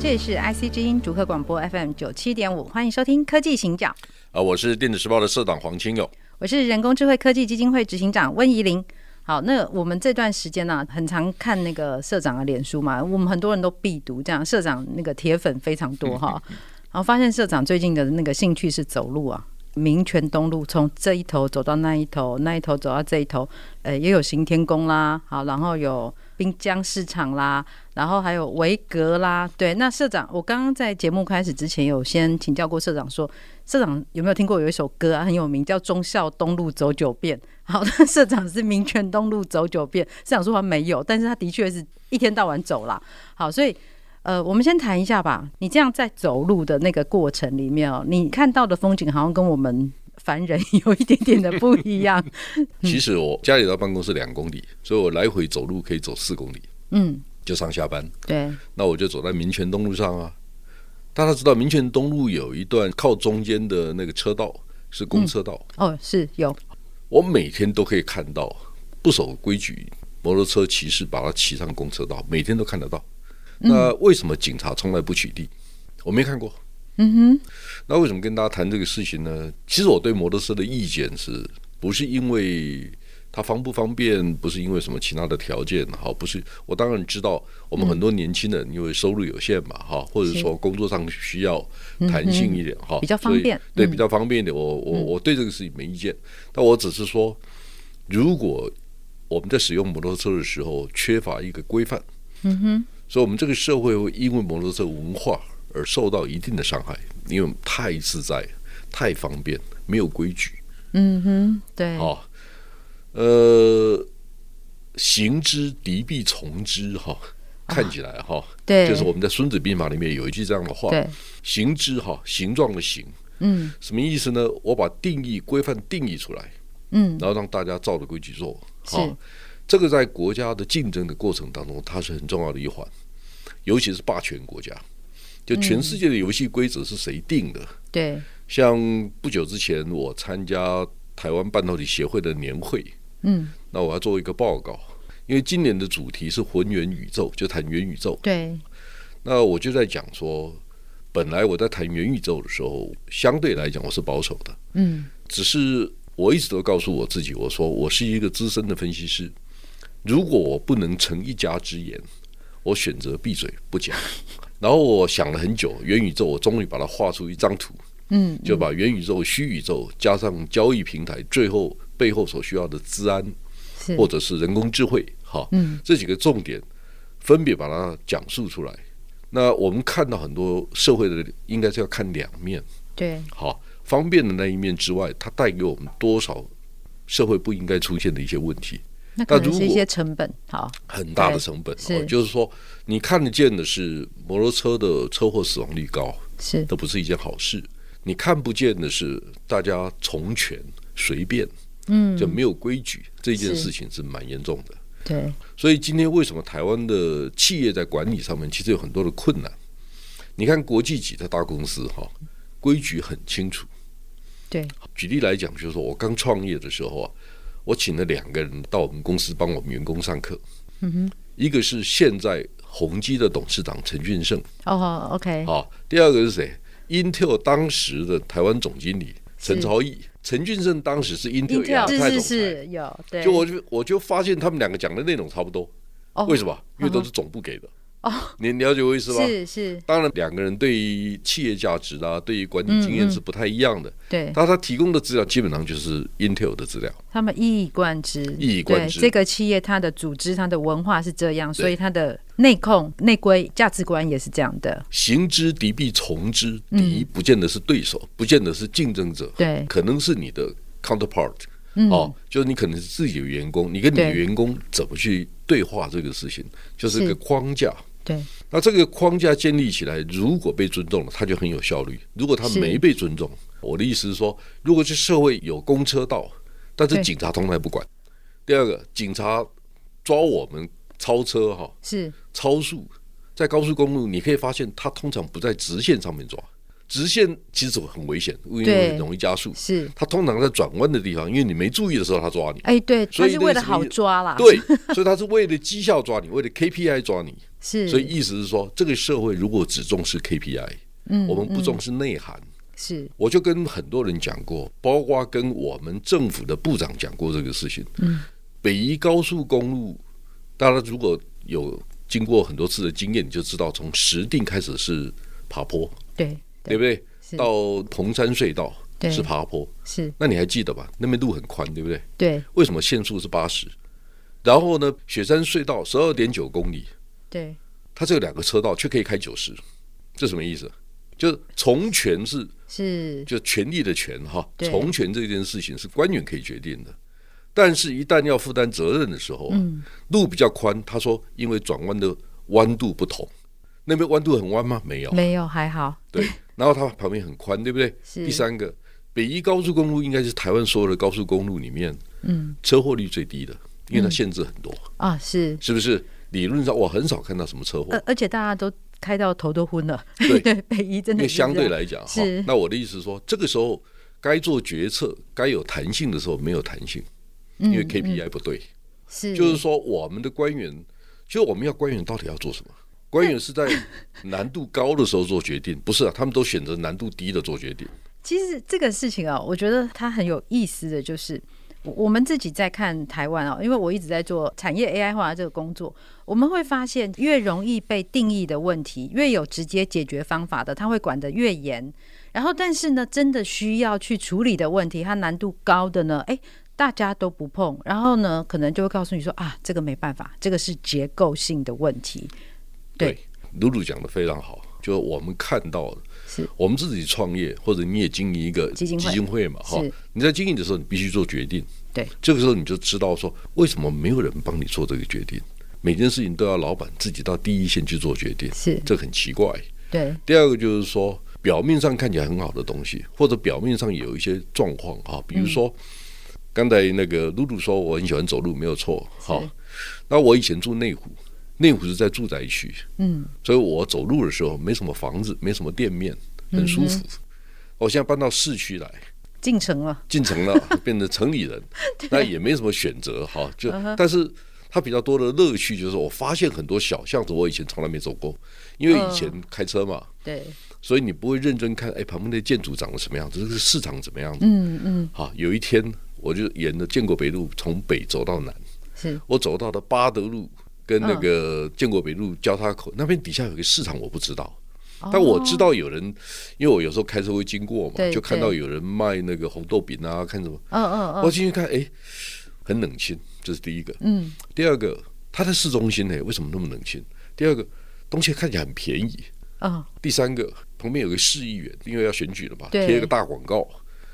这里是 IC 之音主客广播 FM 九七点五，欢迎收听科技行脚，啊，我是电子时报的社长黄清友。我是人工智慧科技基金会执行长温怡玲。好，那我们这段时间呢、很常看那个社长的脸书嘛，我们很多人都必读，这样社长那个铁粉非常多哈。然后发现社长最近的那个兴趣是走路啊，民权东路从这一头走到那一头，那一头走到这一头，呃，也有行天宫啦，好，然后有滨江市场啦，然后还有维格啦，对。那社长，我刚刚在节目开始之前有先请教过社长说，社长有没有听过有一首歌啊，很有名，叫《忠孝东路走九遍》。 好，那社长是民权东路走九遍，社长说他没有，但是他的确是一天到晚走啦。好，所以呃，我们先谈一下吧。你这样在走路的那个过程里面哦，你看到的风景好像跟我们凡人 有一点点的不一样。其实我家里到办公室两公里，所以我来回走路可以走四公里，嗯，就上下班。对，那我就走在民权东路上啊。大家知道民权东路有一段靠中间的那个车道是公车道，哦，是有，我每天都可以看到不守规矩摩托车骑士把它骑上公车道，每天都看得到。那为什么警察从来不取缔？我没看过。嗯哼，那为什么跟大家谈这个事情呢？其实我对摩托车的意见是不是因为它方不方便，不是因为什么其他的条件，哈，不是。我当然知道，我们很多年轻人因为收入有限嘛，哈，或者说工作上需要弹性一点，哈、比较方便所以对，嗯比较方便一点。我我我对这个事情没意见，但我只是说，如果我们在使用摩托车的时候缺乏一个规范，嗯哼，所以我们这个社会会因为摩托车文化而受到一定的伤害，因为我们太自在、太方便，没有规矩嗯哼，对，啊。呃，行之敌必从之哈，看起来哈，啊对就是我们在《孙子兵法》里面有一句这样的话对，行之哈，形状的形，嗯什么意思呢？我把定义规范定义出来，嗯，然后让大家照着规矩做。是好，这个在国家的竞争的过程当中，它是很重要的一环，尤其是霸权国家，就嗯全世界的游戏规则是谁定的？对，像不久之前我参加台湾半导体协会的年会，嗯那我要做一个报告，因为今年的主题是浑元宇宙，就谈元宇宙。对，那我就在讲说，本来我在谈元宇宙的时候，相对来讲我是保守的。嗯只是我一直都告诉我自己，我说我是一个资深的分析师，如果我不能成一家之言，我选择闭嘴不讲。 然后我想了很久，元宇宙我终于把它画出一张图，嗯，就把元宇宙、虚宇宙加上交易平台，最后背后所需要的治安是或者是人工智慧，哈，嗯这几个重点分别把它讲述出来。那我们看到很多社会的，应该是要看两面。对，好方便的那一面之外，它带给我们多少社会不应该出现的一些问题，那可如能果是一些成本，好，很大的成本。是哦就是说，你看得见的是摩托车的车祸死亡率高，是那不是一件好事；你看不见的是大家从权随便，嗯，就没有规矩，这件是事情是蛮严重的。对，所以今天为什么台湾的企业在管理上面其实有很多的困难？你看国际级的大公司哈，规矩很清楚。对，举例来讲，就是说我刚创业的时候啊，我请了两个人到我们公司帮我们员工上课。嗯哼，一个是现在宏基的董事长陈俊胜哦，OK，啊，第二个是谁？Intel 当时的台湾总经理陈朝义，陈俊胜当时是 Intel 亚是太总是裁。是有，对，就我就我就发现他们两个讲的内容差不多。哦为什么？因为都是总部给的。你了解我意思吧？是是，当然，两个人对于企业价值啊，对于管理经验是不太一样的。嗯对，但他提供的资料基本上就是 Intel 的资料。他们一以贯之，一以贯之对这个企业它的组织、它的文化是这样，所以它的内控、内规、价值观也是这样的。行之敌必从之，敌不见得是对手，不见得是竞争者，嗯对可能是你的 counterpart，、嗯，哦，就是你可能是自己的员工，你跟你的对员工怎么去对话这个事情，就是是个框架。对，那这个框架建立起来，如果被尊重了，它就很有效率；如果它是没被尊重，我的意思是说，如果是社会有公车道，但是对警察从来不管。第二个，警察抓我们超车哈，是超速，在高速公路你可以发现，它通常不在直线上面抓，直线其实很危险，因为对很容易加速。是，它通常在转弯的地方，因为你没注意的时候，它抓你。哎，对，所他以是那为了什么好意思抓啦，，对，所以它是为了绩效抓你，为了 KPI 抓你。是，所以意思是说，这个社会如果只重视 KPI，嗯我们不重视内涵。是我就跟很多人讲过，包括跟我们政府的部长讲过这个事情。嗯，北宜高速公路，大家如果有经过很多次的经验，你就知道，从石定开始是爬坡，对对不对？是到彭山隧道对是爬坡，是，那你还记得吧？那边路很宽，对不对？对为什么限速是八十？然后呢，雪山隧道十二点九公里，对它只有两个车道，却可以开九十，这什么意思？就是从权是是，就权力的权哈，对从权这件事情是官员可以决定的，但是一旦要负担责任的时候啊，路比较宽，他说因为转弯的弯度不同，那边弯度很弯吗？没有，没有还好，对，然后它旁边很宽，对不对？是第三个，北宜高速公路应该是台湾所有的高速公路里面，嗯，车祸率最低的，因为它限制很多，啊，是，是不是？理论上我很少看到什么车祸，而而且大家都开到头都昏了，对 北医真因的为是相这对样来讲哈是，那我的意思是说，这个时候该做决策、该有弹性的时候没有弹性，因为 KPI 不对。是就是说，我们的官员，就我们要官员到底要做什么？官员是在难度高的时候做决定，不是啊？他们都选择难度低的做决定。其实这个事情啊，我觉得它很有意思的就是，我我们自己在看台湾啊，因为我一直在做产业 AI 化这个工作，我们会发现越容易被定义的问题，越有直接解决方法的，它会管得越严。然后，但是呢，真的需要去处理的问题，它难度高的呢，诶，大家都不碰。然后呢，可能就会告诉你说啊，这个没办法，这个是结构性的问题。对，露露讲的非常好，就我们看到的是我们自己创业，或者你也经营一个基金会嘛，哈是，你在经营的时候，你必须做决定。对，这个时候你就知道说，为什么没有人帮你做这个决定？每件事情都要老板自己到第一线去做决定，是这很奇怪。对，第二个就是说，表面上看起来很好的东西，或者表面上有一些状况哈，比如说、刚才那个露露说我很喜欢走路，没有错哈。那我以前住内湖，内湖是在住宅区，嗯，所以我走路的时候没什么房子，没什么店面，很舒服。我现在搬到市区来，进城了，进城了，变成城里人，那也没什么选择哈。就、但是它比较多的乐趣就是，我发现很多小巷子我以前从来没走过，因为以前开车嘛，对，所以你不会认真看，哎，旁边的建筑长得什么样子，这个市场怎么样子。嗯嗯，好，有一天我就沿着建国北路从北走到南，是我走到了巴德路跟嗯那个建国北路交叉口、那边底下有个市场，我不知道。哦但我知道有人，因为我有时候开车会经过嘛，对就看对到有人卖那个红豆饼啊，看什么，嗯嗯嗯，我进去看，哎，很冷清，这是第一个。嗯，第二个，它在市中心呢，哎为什么那么冷清？第二个，东西看起来很便宜。嗯，第三个，旁边有个市议员，因为要选举了嘛，对贴一个大广告，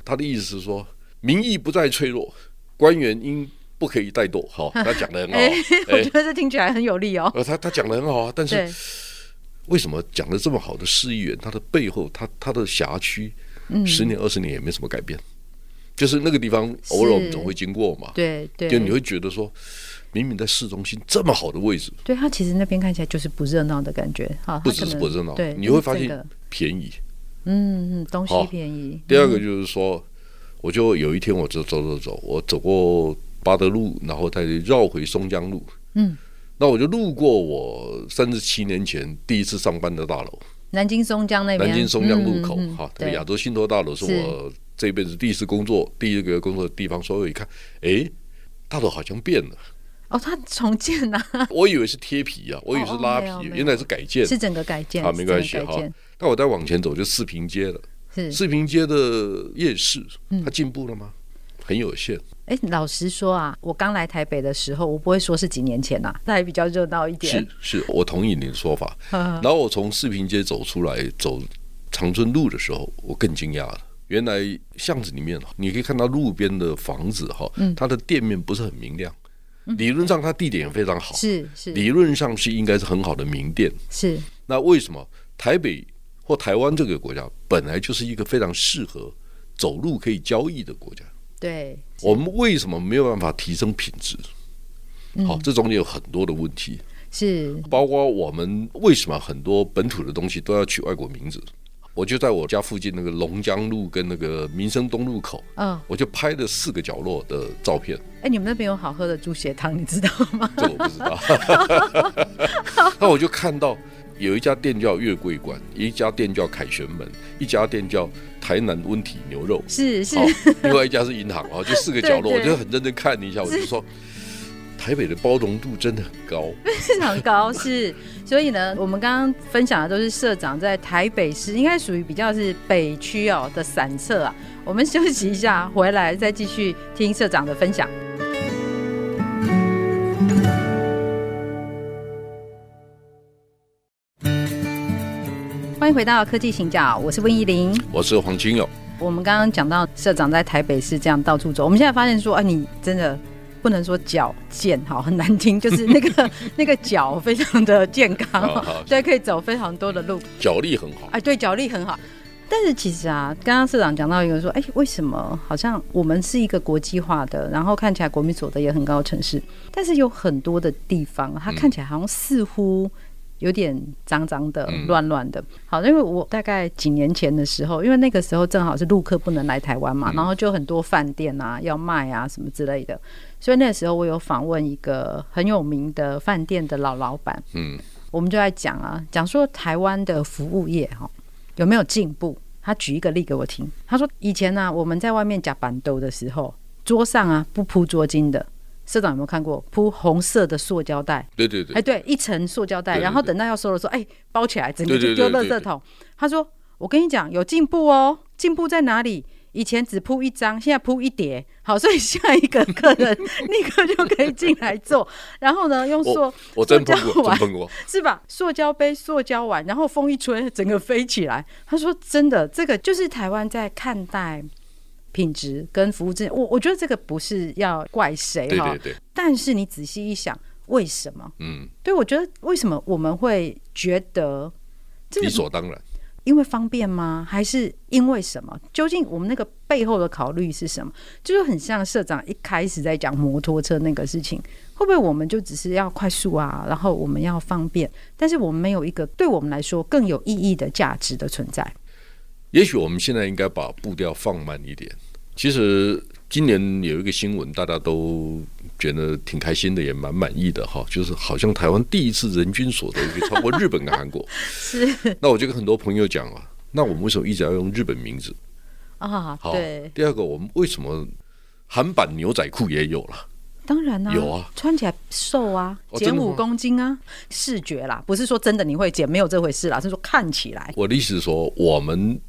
他的意思是说，民意不再脆弱，官员应不可以怠惰。 好，他讲的很好，哎、我哎觉，得这听起来很有力哦。呃，他他讲的很好啊，但对是，为什么讲的这么好的市议员，他的背后，他他的辖区，嗯十年二十年也没什么改变，就是那个地方偶尔我们总会经过嘛，对对，就你会觉得说，明明在市中心这么好的位置，对他其实那边看起来就是不热闹的感觉，哈，不它只可是能不热闹对，，哦你会发就是整现个便宜，嗯嗯，东西好便宜，第二个就是说，我就有一天我就走走走，我走过巴德路，然后再绕回松江路。嗯，那我就路过我三十七年前第一次上班的大楼，南京松江那边，南京松江路口嗯嗯嗯哈，这个对亚洲信托大楼是是我这辈子第一次工作第一个工作的地方，所以我一看，诶，大楼好像变了，哦，它重建呐、我以为是贴皮啊，我以为是拉哦没皮有，没有原来是改建。是整个改建，好，没关系是整个哈改建。那我再往前走就四平街了，是，嗯四平街的夜市，它进步了吗？很有限。哎，老实说啊，我刚来台北的时候，我不会说是几年前 呐、那还比较热闹一点是，是，我同意你的说法。呵然后我从四平街走出来，走长春路的时候，我更惊讶了。原来嗯巷子里面，你可以看到路边的房子哈，它的店面不是很明亮，理论上它地点也非常好，是是理论上是应该是很好的名店。是，那为什么台北或台湾这个国家本来就是一个非常适合走路可以交易的国家？对，我们为什么没有办法提升品质？好，这中间有很多的问题，是包括我们为什么很多本土的东西都要取外国名字。我就在我家附近那个龙江路跟那个民生东路口，嗯，我就拍了四个角落的照片，哎，你们那边有好喝的猪血汤，你知道吗？ 这我不知道。那我就看到有一家店叫月桂馆，一家店叫凯旋门，一家店叫台南温体牛肉，是是好，哦另外一家是银行 哦，就四个角落，我对对就很认真看了一下，我就说，台北的包容度真的很 高，非常高，是。所以呢，我们刚刚分享的都是社长在台北市，应该属于比较是北区哦的散策啊。我们休息一下，回来再继续听社长的分享。欢迎回到科技行脚，我是温怡玲。我是黄金友，哦我们刚刚讲到社长在台北市这样到处走，我们现在发现说，哎、你真的不能说脚健好，很难听，就是那个那个脚非常的健好康好，对，可以走非常多的路，脚力很好。哎，对，脚力很好。但是其实啊，刚刚社长讲到一个说，哎，为什么好像我们是一个国际化的，然后看起来国民所得也很高的城市，但是有很多的地方，嗯它看起来好像似乎有点脏脏的、嗯乱乱的。好，因为我大概几年前的时候，因为那个时候正好是陆客不能来台湾嗯嘛，然后就很多饭店啊要卖啊什么之类的，所以那时候我有访问一个很有名的饭店的老老板，嗯，我们就在讲啊，讲说台湾的服务业哈、有没有进步？他举一个例给我听，他说以前呢、我们在外面夹板豆的时候，桌上啊不铺桌巾的，社长有没有看过铺红色的塑胶袋？对对哎，对，对，一层塑胶袋，对对然后等到要收的时候，哎，包起来，整个对就对丢对垃对圾桶。他说：“我跟你讲，有进步哦，进步在哪里？以前只铺一张，现在铺一叠。好，所以下一个客人 立刻就可以进来坐。然后呢，用塑我我真塑碰胶过，真碗碰过，是吧？塑胶杯、塑胶碗，然后风一吹，整个飞起来。他说：“真的，这个就是台湾在看待品质跟服务之间，我我觉得这个不是要怪谁对哈，对对，但是你仔细一想，为什么？嗯，对我觉得为什么我们会觉得这理个所当然。因为方便吗？还是因为什么？究竟我们那个背后的考虑是什么？就是很像社长一开始在讲摩托车那个事情，会不会我们就只是要快速啊，然后我们要方便，但是我们没有一个对我们来说更有意义的价值的存在？也许我们现在应该把步调放慢一点。其实今年有一个新闻，大家都觉得挺开心的，也蛮满意的哈，就是好像台湾第一次人均所得就超过日本跟韩国。 是那我就跟很多朋友讲啊，那我们为什么一直要用日本名字？啊，好对，，第二个我们为什么韩版牛仔裤也有了？当然啦、有啊，穿起来瘦啊，哦减真的五吗公斤啊，视觉啦，不是说真的你会减，没有这回事啦，是说看起来我的意思是说，我们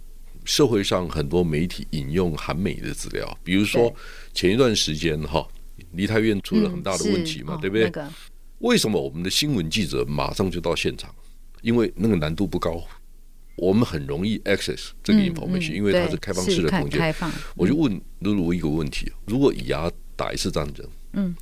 社会上很多媒体引用韩美的资料，比如说对前一段时间哈，梨泰院出了很大的问题嘛，嗯是对不对？哦那个为什么我们的新闻记者马上就到现场？因为那个难度不高，我们很容易 access 这嗯个 information，、因为它是开放式的空开开间。放，我就问露露一个问题：如果以牙打一次战争，嗯，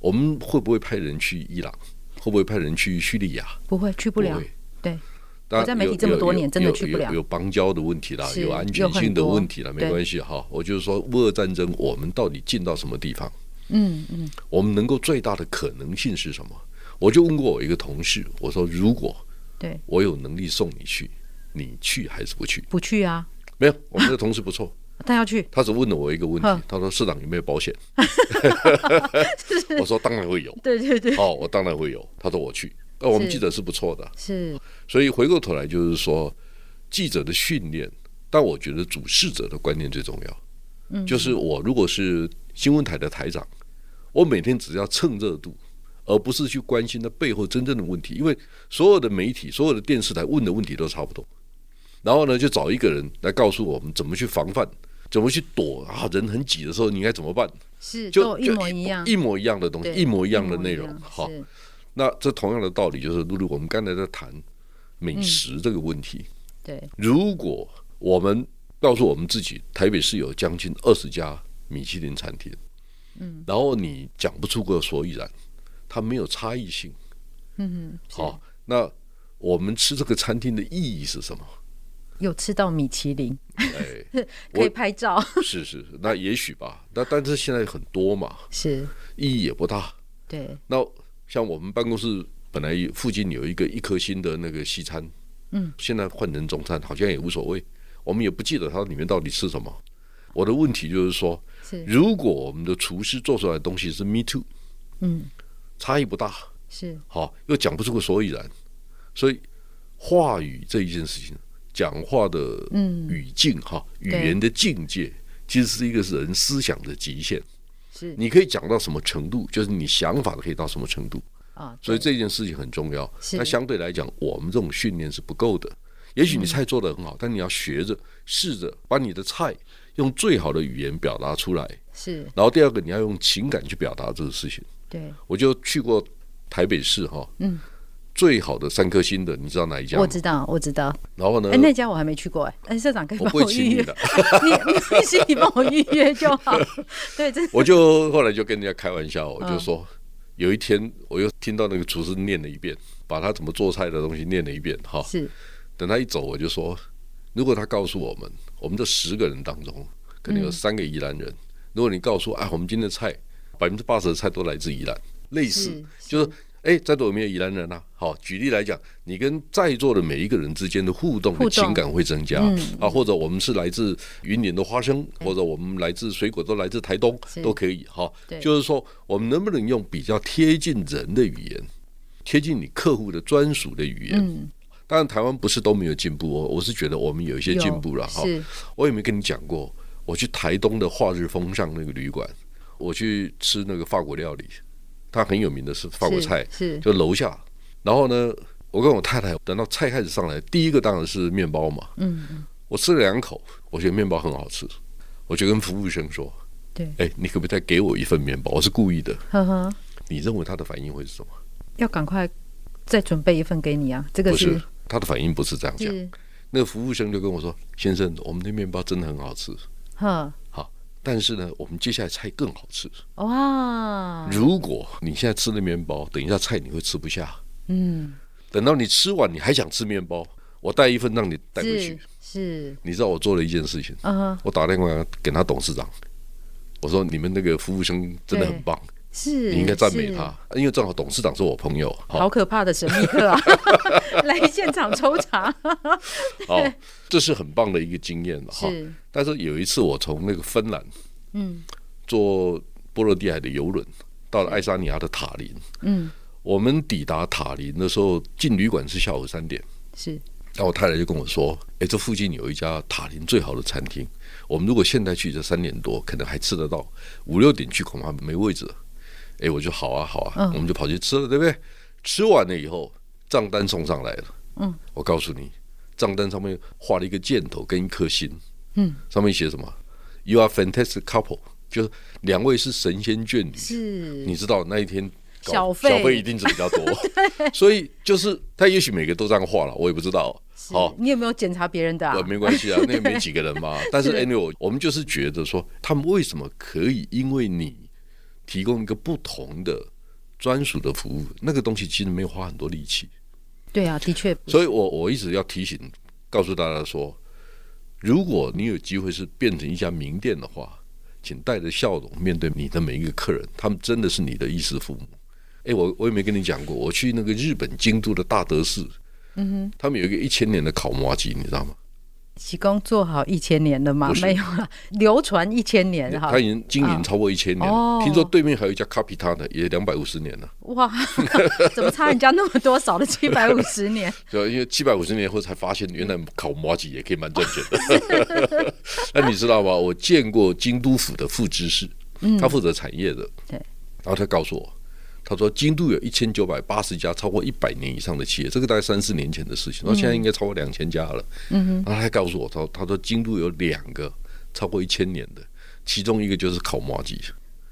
我们会不会派人去伊朗？会不会派人去叙利亚？不会去不了，会对，当我在然媒体这么多年有真的去不了有有有邦交的问题啦，是有安全性的问题啦，有很多没关系哈。我就是说，乌俄战争我们到底进到什么地方？嗯嗯，我们能够最大的可能性是什么？我就问过我一个同事，我说如果对，我有能力送你去，你去还是不去？不去啊，没有，我们的同事不错，但要去，他只问了我一个问哼题，他说市长有没有保 险？我说当然会有，对对对，哦，我当然会有。他说我去，呃，我们是记者是不错的， 是所以回过头来就是说，记者的训练，但我觉得主事者的观念最重要。嗯，就是我如果是新闻台的台长，我每天只要蹭热度，而不是去关心它背后真正的问题，因为所有的媒体、所有的电视台问的问题都差不多。然后呢，就找一个人来告诉我们怎么去防范，怎么去躲啊，人很挤的时候你应该怎么办？是，就都哦一模一样，一模一样的东西，对一模一样的内容一模，一样好。是那这同样的道理就是，露露，我们刚才在谈美食这个问题。对，如果我们告诉我们自己，台北市有将近二十家米其林餐厅，嗯，然后你讲不出个所以然，它没有差异性。嗯，好、那我们吃这个餐厅的意义是什么？有吃到米其林，哎，可以我拍照，是是，那也许吧。那但是现在很多嘛，是意义也不大。对，那像我们办公室本来附近有一个一颗星的那个西餐，嗯，现在换成中餐好像也无所谓，我们也不记得它里面到底吃什么。我的问题就是说，是如果我们的厨师做出来的东西是 me too，嗯差异不大，是好、又讲不出个所以然，所以话语这一件事情，讲话的嗯语境哈、语言的境界，其实是一个人思想的极限。是你可以讲到什么程度，就是你想法可以到什么程度。啊，所以对这件事情很重要。是那相对来讲，我们这种训练是不够的。也嗯许你菜做得很好，但你要学着试着把你的菜用最好的语言表达出来。是然后第二个，你要用情感去表达这个事情。对，我就去过台北市哈，嗯，最好的三颗星的，你知道哪一家吗我？知道我知道，然后呢哎，，那家我还没去过哎，哎，社长可以呃我帮不会请预你约的，。你你谢谢你帮我预约就好，对，这我就后来就跟人家开玩笑，我就嗯说，有一天我又听到那个厨师念了一遍，把他怎么做菜的东西念了一遍哈。是等他一走，我就说，如果他告诉我们，我们这十个人当中，可能有三个宜兰人，如果你告诉我，啊，我们今天的菜百分之八十的菜都来自宜兰，类似是就是。哎，在座有没有宜兰人啊？好，举例来讲，你跟在座的每一个人之间的互动互动的嗯情感会增加、啊，或者我们是来自云林的花生，或者我们来自水果都来自台东是都可以哈对。就是说，我们能不能用比较贴近人的语言，贴近你客户的专属的语言？嗯当然，台湾不是都没有进步哦，我是觉得我们有一些有进步了哈。是我有没有跟你讲过，我去台东的化日风尚那个旅馆，我去吃那个法国料理，它很有名的是法国是菜，是就楼下。然后呢，我跟我太太等到菜开始上来，第一个当然是面包嘛。嗯嗯我吃了两口，我觉得面包很好吃，我就跟服务生说对，：“哎，你可不可以再给我一份面包？我是故意的。呵呵。”你认为他的反应会是什么？要赶快再准备一份给你啊！这个不是是，他的反应不是这样讲。是那个服务生就跟我说：“先生，我们的面包真的很好吃。”呵但是呢，我们接下来菜更好吃。哇，如果你现在吃了面包，等一下菜你会吃不下，嗯，等到你吃完你还想吃面包，我带一份让你带回去是。是，你知道我做了一件事情，嗯哼，我打电话给他董事长，我说你们那个服务生真的很棒，是你应该赞美是他，因为正好董事长是我朋友，啊好好可怕的神秘客 啊！来现场抽查， 好，哦这是很棒的一个经验了哈。是但是有一次我从那个芬兰嗯坐波罗的海的游轮到了爱沙尼亚的塔林，嗯我们抵达塔林的时候，进旅馆是下午三点。是那我太太就跟我说：“哎，这附近有一家塔林最好的餐厅，我们如果现在去，这三点多可能还吃得到，五六点去恐怕没位置。”哎，我就好啊好啊，嗯我们就跑去吃了，对不对？吃完了以后，账单送上来了。嗯，我告诉你，账单上面画了一个箭头跟一颗心。嗯，上面写什么？You are fantastic couple，就是两位是神仙眷侣。是你知道那一天搞小费小费一定是比 较多，所以就是他也许每个都这样画了，我也不知道。是好，，你有没有检查别人的啊呃？没 关系啊，那也没几个人嘛。但是 anyway，我们就是觉得说，他们为什么可以因为你提供一个不同的专属的服务，那个东西其实没有花很多力气。对啊，的确不是所以我我一直要提醒告诉大家说，如果你有机会是变成一家名店的话，请带着笑容面对你的每一个客人，他们真的是你的衣食父母。诶，我我也没跟你讲过，我去那个日本京都的大德寺，嗯哼，他们有一个一千年的烤麻鸡，你知道吗？喜功做好一千年了吗不？是没有啊，流传一千年哈他，已经经营超过一千年了。哦听说对面还有一家 c 皮 p i 的，也两百五十年了。哇， 怎么差人家那么多，少了七百五十 年？对，因为七百五十年后才发现，原来烤麻吉也可以蛮赚钱的。 那你知道吗？我见过京都府的副知事，他负责产业的，对然后他告诉我，他说京都有一千九百八十家超过一百年以上的企业，这个大概三四年前的事情，然后现在应该超过两千家了。嗯，然后他还告诉我，他他说京都有两个超过一千年的，其中一个就是烤麻吉，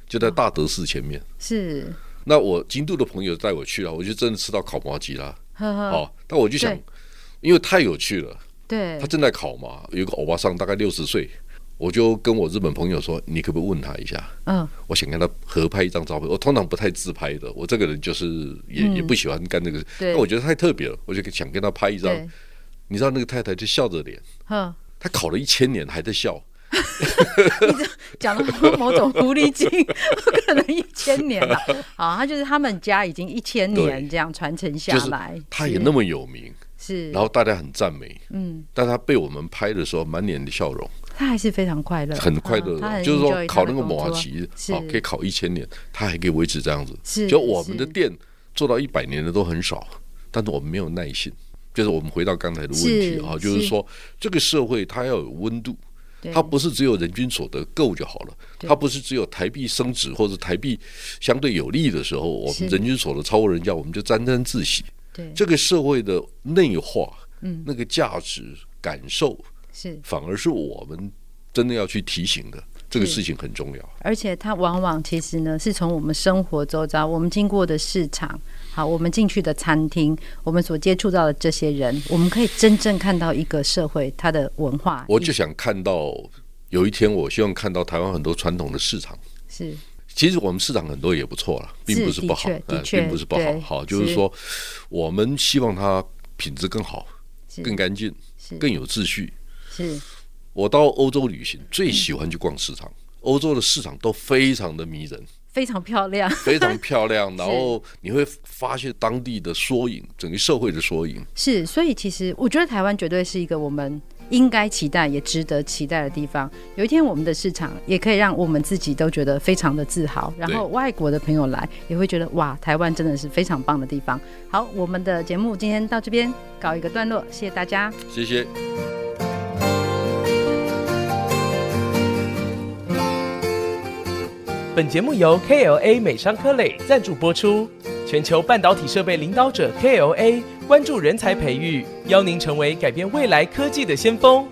就在大德寺前哦面。是，那我京都的朋友带我去啊了，我就真的吃到烤麻吉啦。呵呵，哦，但我就想嗯对，因为太有趣了，对他，正在烤嘛，有一个欧巴桑大概六十岁，我就跟我日本朋友说，你可不可以问他一下？嗯，我想跟他合拍一张照片。我通常不太自拍的，我这个人就是也、也不喜欢干这个事。嗯对但我觉得太特别了，我就想跟他拍一张。对，你知道那个太太就笑着脸，呵，她考了一千年还在笑。讲的好像某种狐狸精， 可能一千年 了。好，他就是他们家已经一千年对这样传承下就是来，他也是那么有名，是，然后大家很赞美，嗯，但他被我们拍的时候满脸的笑容，他还是非常快乐，很快乐嗯他的，很就是 enjoy 说他考的那个工马作奇是啊，可以考一千年，他还可以维持这样是子。就我们的是店做到一百年的都很少，但是我们没有耐心。就是我们回到刚才的问是题啊，就是是说这个社会它要有温度，对它不是只有人均所得够就好了，对它不是只有台币升值或者台币相对有利的时候，我是们人均所得超过人家，我们就沾沾自喜。对，这个社会的内化，嗯那个价值感受，是，反而是我们真的要去提醒的。这个是事情很重要，而且它往往其实呢，是从我们生活周遭，我们经过的市场，好，我们进去的餐厅，我们所接触到的这些人，我们可以真正看到一个社会它的文化意义。我就想看到有一天，我希望看到台湾很多传统的市场。是其实我们市场很多也不错了，是并不是不好的，确呃的确并不是不对好。好，就是是说，我们希望它品质更好、是更干净、是更有秩序。是我到欧洲旅行，最喜欢去逛市场。欧洲的市场都非常的迷 人，非常漂亮，非常漂亮，然后你会发现当地的缩影，整个社会的缩影。是，所以其实我觉得台湾绝对是一个我们应该期待也值得期待的地方。有一天我们的市场也可以让我们自己都觉得非常的自豪，然后外国的朋友来也会觉得哇，台湾真的是非常棒的地方。好，我们的节目今天到这边告一个段落，谢谢大家。谢谢。本节目由 KLA 美商科磊赞助播出。全球半导体设备领导者 KLA 关注人才培育，邀您成为改变未来科技的先锋。